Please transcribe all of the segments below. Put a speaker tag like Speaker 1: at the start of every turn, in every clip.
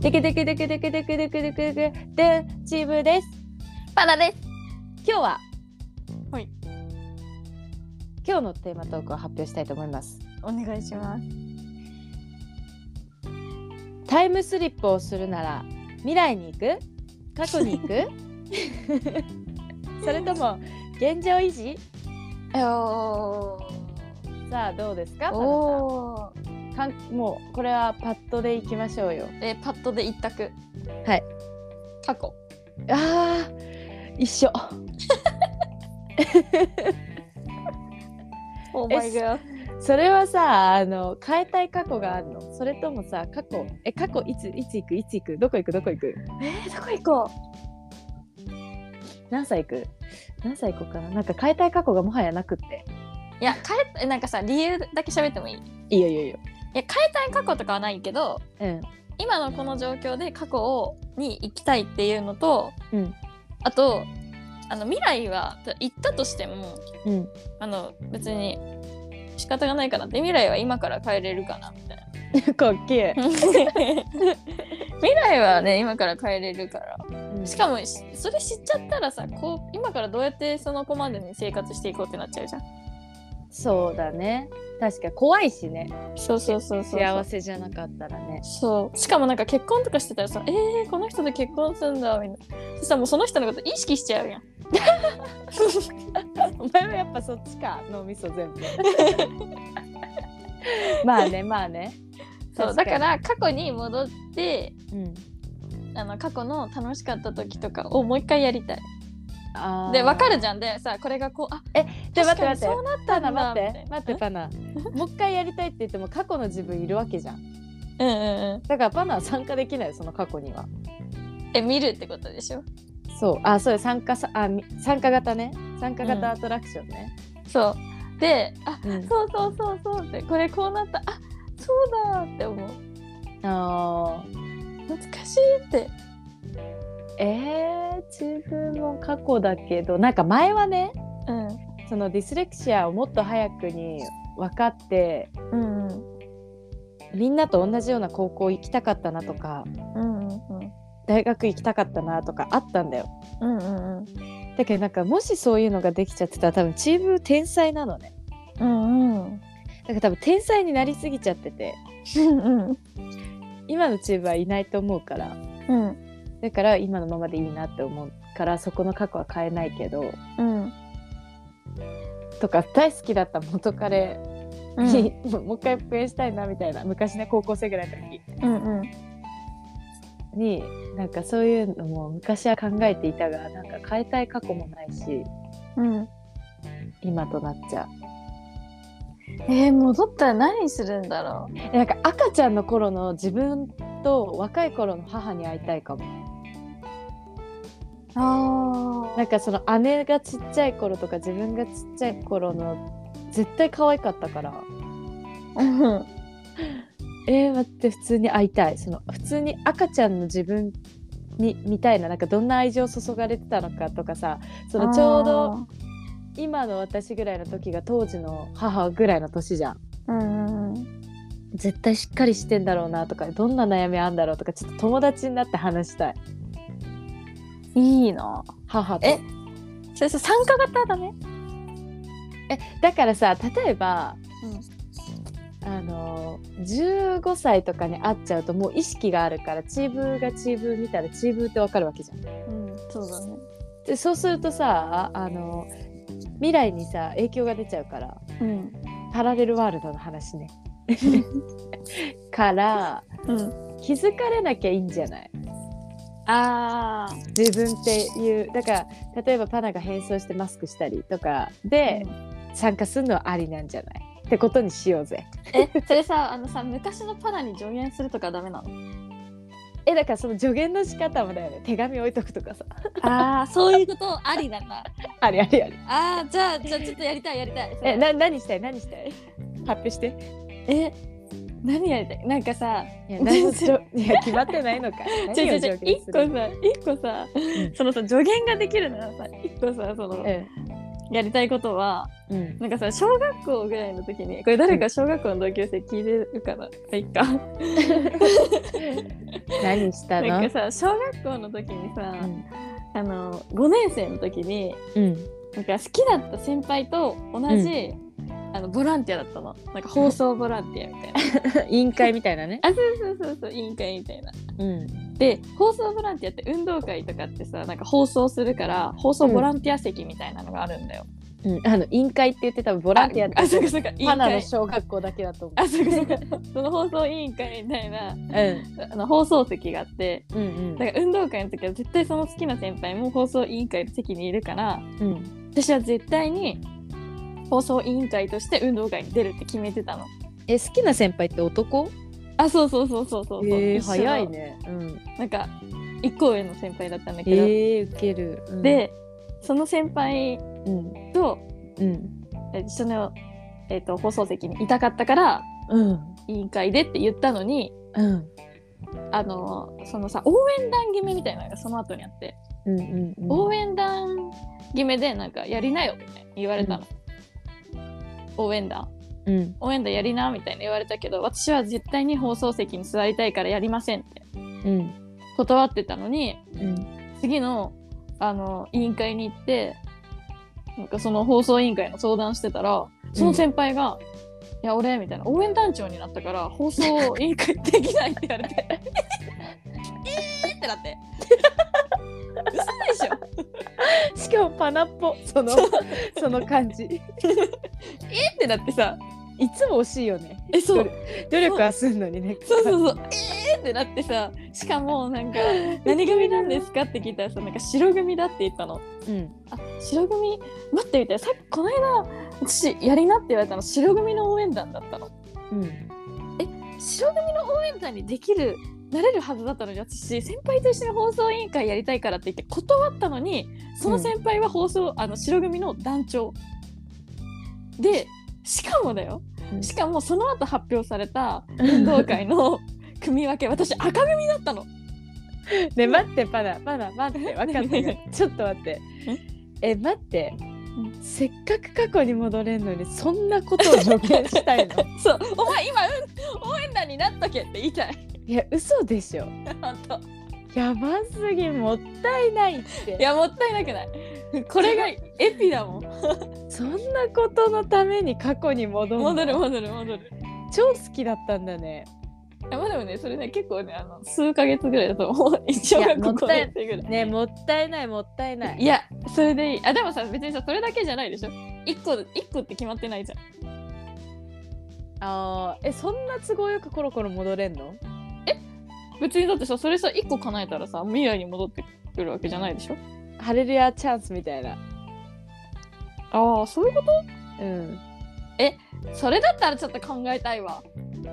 Speaker 1: でけでけでけでけでけでけでけでけでチブです。
Speaker 2: パラです。
Speaker 1: 今日は、
Speaker 2: はい。
Speaker 1: 今日のテーマトークを発表したいと思います。
Speaker 2: お願いします。
Speaker 1: タイムスリップをするなら未来に行く過去に行くそれとも現状維持
Speaker 2: お
Speaker 1: さあどうですか
Speaker 2: ー。
Speaker 1: お
Speaker 2: おー。
Speaker 1: かんもうこれはパッとでいきましょうよ
Speaker 2: えー、パッとで一択。
Speaker 1: はい。
Speaker 2: 過去。
Speaker 1: あー一緒
Speaker 2: オ
Speaker 1: ーマイ
Speaker 2: ガー。
Speaker 1: それはさあの変えたい過去があるのそれともさ過去え過去いついつ行くいつ行くどこ行くどこ行く
Speaker 2: えー、どこ行こ
Speaker 1: 何歳行く何歳行こうかななんか変えたい過去がもはやなくって
Speaker 2: う。いや、変え、えなんかさ、理由だけ喋ってもいい。いや、
Speaker 1: いいよいいよいいよ
Speaker 2: 変えたい過去とかはないけど、
Speaker 1: うん
Speaker 2: 今のこの状況で過去をに行きたいっていうのと、
Speaker 1: うん
Speaker 2: あとあの未来は行ったとしても
Speaker 1: うん
Speaker 2: あの別に仕方がないかなって未来は今から変えれるかなみ たいな
Speaker 1: かっけ
Speaker 2: 未来はね今から変えれるから
Speaker 1: え
Speaker 2: しかもしそれ知っちゃったらさこう今からどうやってその子までに生活していこうってなっちゃうじゃん
Speaker 1: そうだね確か怖いしね
Speaker 2: そうそうそうそう
Speaker 1: 幸せじゃなかったらね
Speaker 2: そうしかもなんか結婚とかしてたらさ「えー、この人と結婚するんだ」みたいなそしたらもうその人のこと意識しちゃ うやん
Speaker 1: お前はやっぱそっちか脳みそ 全部まあねまあね
Speaker 2: そう
Speaker 1: 確
Speaker 2: だ
Speaker 1: に
Speaker 2: から過去に戻って
Speaker 1: うん
Speaker 2: あの過去の楽しかった時とかをもう一回やりたい
Speaker 1: あー
Speaker 2: でわかるじゃんでさこれがこうあ
Speaker 1: で待っ
Speaker 2: 確
Speaker 1: て
Speaker 2: かに
Speaker 1: 待って
Speaker 2: そうなっ
Speaker 1: パ
Speaker 2: た
Speaker 1: ナ
Speaker 2: んだ
Speaker 1: 待
Speaker 2: み
Speaker 1: ったて
Speaker 2: いな
Speaker 1: 待ってパナもう一回やりたいって言っても過去の自分いるわけじゃん
Speaker 2: うんうんう
Speaker 1: だからパナは参加できないその過去には
Speaker 2: んえ見るってことでしょ
Speaker 1: そうあそう参加さあみ参加型ね参加型アトラクションね、
Speaker 2: そうであ
Speaker 1: うん
Speaker 2: そうそうそうそうってこれこうなったあそうだって思う
Speaker 1: あー
Speaker 2: 懐かしいって
Speaker 1: えー、自分も過去だけどなんか前はね
Speaker 2: うん
Speaker 1: そのディスレクシアをもっと早くに分かって
Speaker 2: うんうん
Speaker 1: みんなと同じような高校行きたかったなとか
Speaker 2: うんうん
Speaker 1: 大学行きたかったなとかあったんだよ
Speaker 2: うんうんうん
Speaker 1: だけどなんかもしそういうのができちゃってたら多分チーム天才なのね
Speaker 2: うんうん
Speaker 1: だから多分天才になりすぎちゃってて
Speaker 2: うん
Speaker 1: 今のチームはいないと思うから
Speaker 2: うん
Speaker 1: だから今のままでいいなって思うからそこの過去は変えないけど
Speaker 2: うん
Speaker 1: とか大好きだった元彼
Speaker 2: う
Speaker 1: に
Speaker 2: ん、
Speaker 1: もうもう一回復縁したいなみたいな昔ね高校生ぐらいの時
Speaker 2: うんうん
Speaker 1: になんかそういうのも昔は考えていたがなんか変えたい過去もないし
Speaker 2: うん
Speaker 1: 今となっちゃう
Speaker 2: えー、戻ったら何するんだろ
Speaker 1: えなんか赤ちゃんの頃の自分と若い頃の母に会いたいかも
Speaker 2: うあ
Speaker 1: なんかその姉がちっちゃい頃とか自分がちっちゃい頃の絶対可愛かったから
Speaker 2: うん
Speaker 1: えー、待って普通に会いたいその普通に赤ちゃんの自分にみたいななんかどんな愛情を注がれてたのかとかさそのちょうど今の私ぐらいの時が当時の母ぐらいの年じゃん
Speaker 2: うんうん
Speaker 1: 絶対しっかりしてんだろうなとかどんな悩みあんだろうとかちょっと友達になって話したい
Speaker 2: いいな
Speaker 1: 母と
Speaker 2: えそれさ参加型だね
Speaker 1: えだからさ例えば
Speaker 2: うん
Speaker 1: あのー15歳とかに会っちゃうともう意識があるからチーブがチーブ見たらチーブってわかるわけじゃん
Speaker 2: うんそうだね
Speaker 1: でそうするとさあの未来にさ影響が出ちゃうから
Speaker 2: うん
Speaker 1: パラレルワールドの話ねから
Speaker 2: うん
Speaker 1: 気づかれなきゃいいんじゃない
Speaker 2: ああ
Speaker 1: 自分っていうだから例えばパナが変装してマスクしたりとかで参加するのはありなんじゃないってことにしようぜ
Speaker 2: えそれさあのさ昔のパナに助言するとかダメなの
Speaker 1: えだからその助言の仕方もだよね手紙置いとくとかさ
Speaker 2: ああそういうことありなんだ
Speaker 1: ありありあり
Speaker 2: ああじゃあじゃあちょっとやりたいやりたい
Speaker 1: えな何したい何したい発表して
Speaker 2: え何やりたいなんかさ
Speaker 1: いや何もじょ いや決まってないの か
Speaker 2: ちょ
Speaker 1: 何
Speaker 2: ち
Speaker 1: を
Speaker 2: ょちょ
Speaker 1: 助言
Speaker 2: 一
Speaker 1: す
Speaker 2: 個
Speaker 1: る
Speaker 2: さ一個さ、
Speaker 1: うん
Speaker 2: そのさ助言ができるならさ一個さその、
Speaker 1: うん
Speaker 2: やりたいことは
Speaker 1: うん、
Speaker 2: なんかさ小学校ぐらいの時にこれ誰か小学校の同級生聞いてるかな、まあいいか
Speaker 1: 何したの
Speaker 2: なんかさ小学校の時にさ、
Speaker 1: うん
Speaker 2: あの5年生の時に
Speaker 1: うん、
Speaker 2: なんか好きだった先輩と同じ、あのボランティアだったのなんか放送ボランティアみ たいな
Speaker 1: 委員会みたいなね。
Speaker 2: あそうそうそうそう委員会みたいな
Speaker 1: うん、
Speaker 2: で放送ボランティアって運動会とかってさなんか放送するから放送ボランティア席みたいなのがあるんだよ、
Speaker 1: うん、あの委員会って言ってたボ
Speaker 2: ボ
Speaker 1: ランティアって
Speaker 2: あそうかそうか委員
Speaker 1: パナの
Speaker 2: 会
Speaker 1: 小学校だけだと思う。
Speaker 2: あそうかそうかその放送委員会みたいな
Speaker 1: うん、
Speaker 2: あの放送席があって
Speaker 1: うん、
Speaker 2: だから運動会の時は絶対その好きな先輩も放送委員会の席にいるから
Speaker 1: うん、
Speaker 2: 私は絶対に放送委員会として運動会に出るって決めてたの
Speaker 1: え、好きな先輩って男。
Speaker 2: あそうそうそうそうそうそう、一緒の
Speaker 1: 早いね。うん、
Speaker 2: なんか一個上の先輩だったんだけど、
Speaker 1: ええー、受ける。うん、
Speaker 2: でその先輩
Speaker 1: うん、
Speaker 2: と
Speaker 1: うん、
Speaker 2: え一緒の、えー、と放送席にいたかったから
Speaker 1: うん、
Speaker 2: 委員会でって言ったのに
Speaker 1: うん、
Speaker 2: あのそのさ応援団決めみたいなのがその後にあって、
Speaker 1: うん、うん、うん、
Speaker 2: 応援団決めでなんかやりなよみたいな言われたの、応援団
Speaker 1: うん、
Speaker 2: 応援団やりなみたいな言われたけど私は絶対に放送席に座りたいからやりませんって
Speaker 1: うん、
Speaker 2: 断ってたのに
Speaker 1: うん、
Speaker 2: 次のあの委員会に行ってなんかその放送委員会の相談してたらその先輩が「いや俺」みたいな応援団長になったから放送委員会できないって言われて 「えー!」ってなって「嘘でしょ
Speaker 1: しかもパナっぽ、その、その感じ。い
Speaker 2: えっ!」ってなってさ
Speaker 1: つも惜しいよね。
Speaker 2: えそう
Speaker 1: 努力はすんのにね。
Speaker 2: そうそうそうえーってなってさしかもなんか「何組なんですか?」って聞いたらさなんか白組だって言ったの。
Speaker 1: うん、
Speaker 2: あ白組待ってみたいなさっきこの間私やりなって言われたの白組の応援団だったの
Speaker 1: うん、
Speaker 2: 白組の応援団にできるなれるはずだったのに私先輩と一緒に放送委員会やりたいからって言って断ったのにその先輩は放送、あの白組の団長でしかもだよ
Speaker 1: うん
Speaker 2: しかもその後発表された運動会の 組分け私赤組だったの
Speaker 1: ね待ってパナパナ待って分かったよちょっと待ってえ待って
Speaker 2: う
Speaker 1: せっかく過去に戻れんのにそんなことを予言した いの
Speaker 2: そうお前今、うん、応援団になっとけって言いたい
Speaker 1: いや嘘でしょ
Speaker 2: 本当
Speaker 1: やばすぎもったいないっ
Speaker 2: い
Speaker 1: て
Speaker 2: やもったいなくないこれがエピだもん
Speaker 1: そんなことのために過去に戻る
Speaker 2: 戻る戻る戻る
Speaker 1: 超好きだったんだね
Speaker 2: いやまあでもねそれね結構ねあの数ヶ月ぐらいだと思う一応
Speaker 1: いや
Speaker 2: 学校
Speaker 1: もったい
Speaker 2: 5年生ぐらい
Speaker 1: ねもったいないもったいない
Speaker 2: いやそれでいいあでもさ別にさそれだけじゃないでしょ一個一個って決まってないじゃん
Speaker 1: あーえそんな都合よくコロコロ戻れんの
Speaker 2: 別にだってさそれさ一個叶えたらさ未来に戻ってくるわけじゃないでしょ
Speaker 1: ハレルヤチャンスみたいな
Speaker 2: ああそういうこ
Speaker 1: うん
Speaker 2: とそれだったらちょっと考えたいわ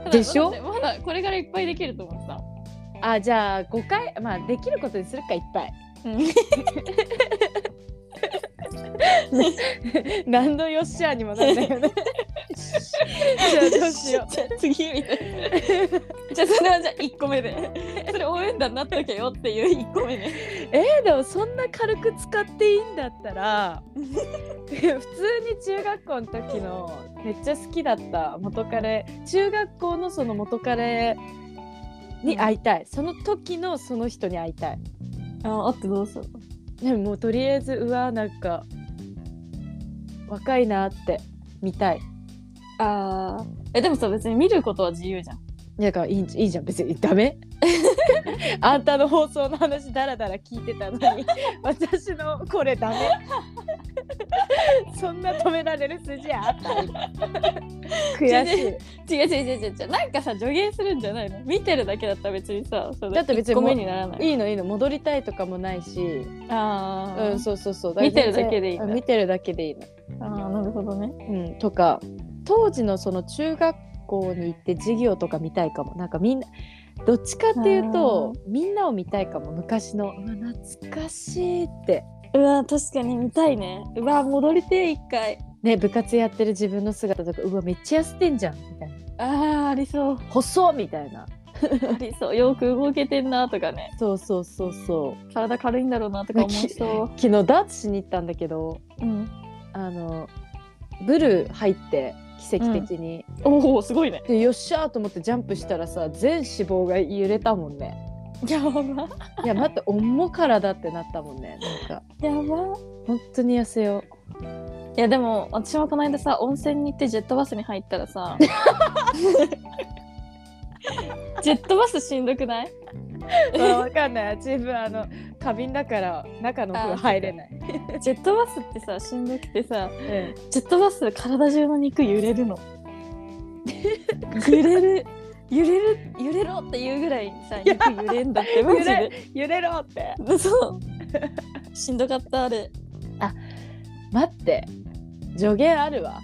Speaker 2: ただ
Speaker 1: でしょ
Speaker 2: だってまだこれからいっぱいできると思ってさ
Speaker 1: あじゃあ5回まあできることにするかいっぱい 何のよっしゃーにもなんないよね じゃあどうしよ
Speaker 2: じゃあ次みたいなじゃあそれはじゃあ1個目でそれ応援団になっとけよっていう1個目ね
Speaker 1: うえーでもそんな軽く使っていいんだったら普通に中学校の時のめっちゃ好きだった元カレ中学校のその元カレに会いたいその時のその人に会いたい
Speaker 2: ああってどうする
Speaker 1: でももうとりあえずうわなんか若いなって見たい
Speaker 2: あーえでもさ別に見ることは自由じゃん
Speaker 1: なんかいいんいいじゃん別にダメ あんたの放送の話だらだら聞いてたのに 私のこれダメ そんな止められる筋あった 悔しい
Speaker 2: 違う違う違う違う違うなんかさ助言するんじゃないの見てるだけだったら別にさその
Speaker 1: だって別に
Speaker 2: 一個目にならない
Speaker 1: いいのいいの戻りたいとかもないし
Speaker 2: あー、
Speaker 1: うんそうそうそう
Speaker 2: 見てるだけでいいんだ
Speaker 1: うん見てるだけでいいの、
Speaker 2: あーなるほどね
Speaker 1: うん、とか当時のその中学校に行って授業とか見たいかもなんかみんなどっちかっていうとみんなを見たいかも昔のうわ懐かしいって
Speaker 2: うわ確かに見たいねうわ戻りてえ一回
Speaker 1: ね、部活やってる自分の姿とかうわめっちゃ痩せてんじゃんみたいな
Speaker 2: あーありそう
Speaker 1: 細っみたいな
Speaker 2: ありそうよく動けてんなとかね
Speaker 1: そうそうそうそう
Speaker 2: 体軽いんだろうなとか思いそう
Speaker 1: 昨日ダーツしに行ったんだけど
Speaker 2: うん
Speaker 1: あのブルー入って奇跡的に、
Speaker 2: おおすごいね
Speaker 1: でよっしゃーと思ってジャンプしたらさ全脂肪が揺れたもんね
Speaker 2: やば
Speaker 1: いや待 って重体ってなったもんねなんか
Speaker 2: やば
Speaker 1: 本当に痩せよう
Speaker 2: いやでも私もこの間さ温泉に行ってジェットバスに入ったら さジェットバスしんどくない
Speaker 1: 分かんない自分あの花瓶だから中の
Speaker 2: お風呂
Speaker 1: 入れない、
Speaker 2: ジェットバスってさしんどくてさジェットバスで体中の肉揺れるの揺れる揺れる揺れろっていうぐらいさ肉揺れんだってマジ
Speaker 1: 揺
Speaker 2: で
Speaker 1: 揺れろって
Speaker 2: そうしんどかったあれ
Speaker 1: 待って助言あるわ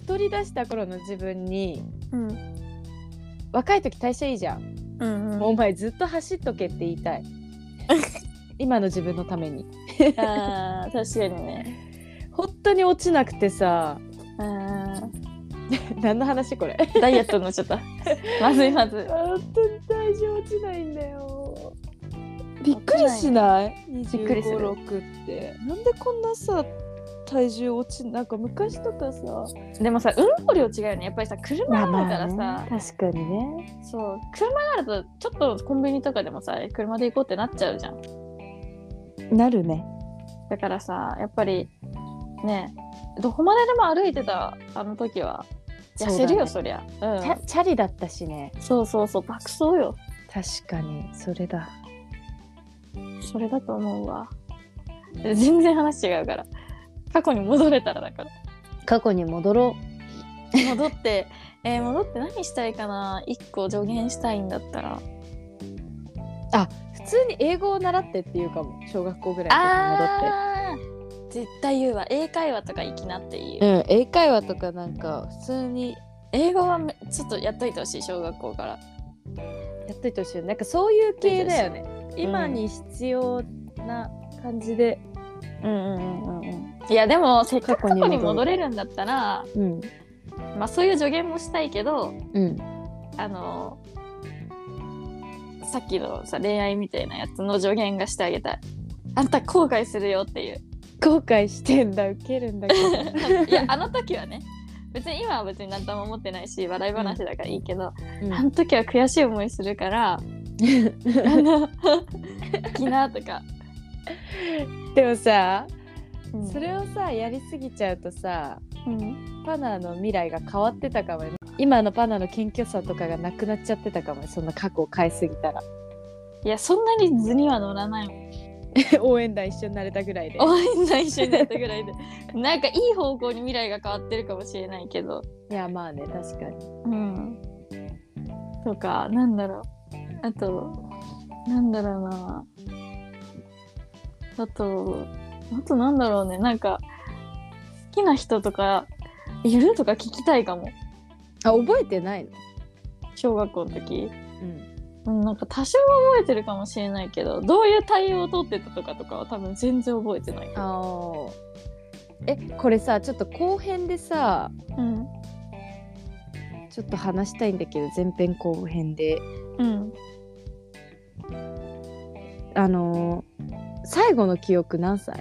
Speaker 1: 太り出した頃の自分に
Speaker 2: うん
Speaker 1: 若い時代謝いいじゃん、
Speaker 2: うんうん
Speaker 1: お前ずっと走っとけって言いた い今の自分のために
Speaker 2: あー確かにね
Speaker 1: 本当に落ちなくてさ
Speaker 2: あー
Speaker 1: 何の話これ
Speaker 2: ダイエットになっちゃったまずいまずい
Speaker 1: 本当に体重落ちないんだよびっくりしない
Speaker 2: びっくりする
Speaker 1: 256ってなんでこんなさ体重落ちなんか昔とかさ
Speaker 2: でもさ運動量違うよねやっぱりさ車があるからさ、
Speaker 1: 確かにね
Speaker 2: そう車があるとちょっとコンビニとかでもさ車で行こうってなっちゃうじゃん
Speaker 1: なるね
Speaker 2: だからさやっぱりねどこまででも歩いてたあの時は痩せるよそ,、りゃ、
Speaker 1: チャチャリだったしね
Speaker 2: うん、そうそうそう爆走よ
Speaker 1: 確かにそれだ
Speaker 2: それだと思うわ全然話違うから過去に戻れたらだから
Speaker 1: 過去に戻ろ
Speaker 2: 戻ってえー戻って何したいかな一個助言したいんだったら
Speaker 1: う普通に英語を習ってっていうかも小学校ぐらいの時に戻って
Speaker 2: あー絶対言うわ英会話とか行きなっていう
Speaker 1: うん英会話とかなんか普通に
Speaker 2: 英語はめちょっとやっといてほしい小学校から
Speaker 1: やっといてほしいよねなんかそういう系だよね
Speaker 2: い
Speaker 1: 今に必要な感じで
Speaker 2: うんうんうんうんいやでもせっかく過去に
Speaker 1: 過去に戻
Speaker 2: 戻れるんだったら
Speaker 1: うん
Speaker 2: まあそういう助言もしたいけど
Speaker 1: うん
Speaker 2: あのさっきのさ恋愛みたいなやつの助言がしてあげたいあんた後悔するよっていう
Speaker 1: 後悔してんだウケるんだけど
Speaker 2: い やあの時はね別に今は別に何とも思ってないし笑い話だからいいけど、
Speaker 1: うん
Speaker 2: あの時は悔しい思いするからあのきなとか、
Speaker 1: でもさ
Speaker 2: うん
Speaker 1: それをさやりすぎちゃうとさ
Speaker 2: うん
Speaker 1: パナの未来が変わってたかもよ今のパナの謙虚さとかがなくなっちゃってたかもよそんな過去を変えすぎたら
Speaker 2: いやそんなに図には乗らないもん
Speaker 1: 応援団一緒になれたぐらいで
Speaker 2: 応援団一緒になったぐらいで なんかいい方向に未来が変わってるかもしれないけど
Speaker 1: いやまあね確かに
Speaker 2: うんとかなんだろうあとなんだろうなあとあとなんだろうねなんか好きな人とかいるとか聞きたいかも
Speaker 1: あ覚えてないの
Speaker 2: 小学校の時
Speaker 1: うん
Speaker 2: うんなんか多少は覚えてるかもしれないけどどういう対応をとってたとかとかは多分全然覚えてない
Speaker 1: あーえこれさちょっと後編でさ
Speaker 2: うん
Speaker 1: ちょっと話したいんだけど前編後編で
Speaker 2: うん
Speaker 1: あのー最後の記憶何歳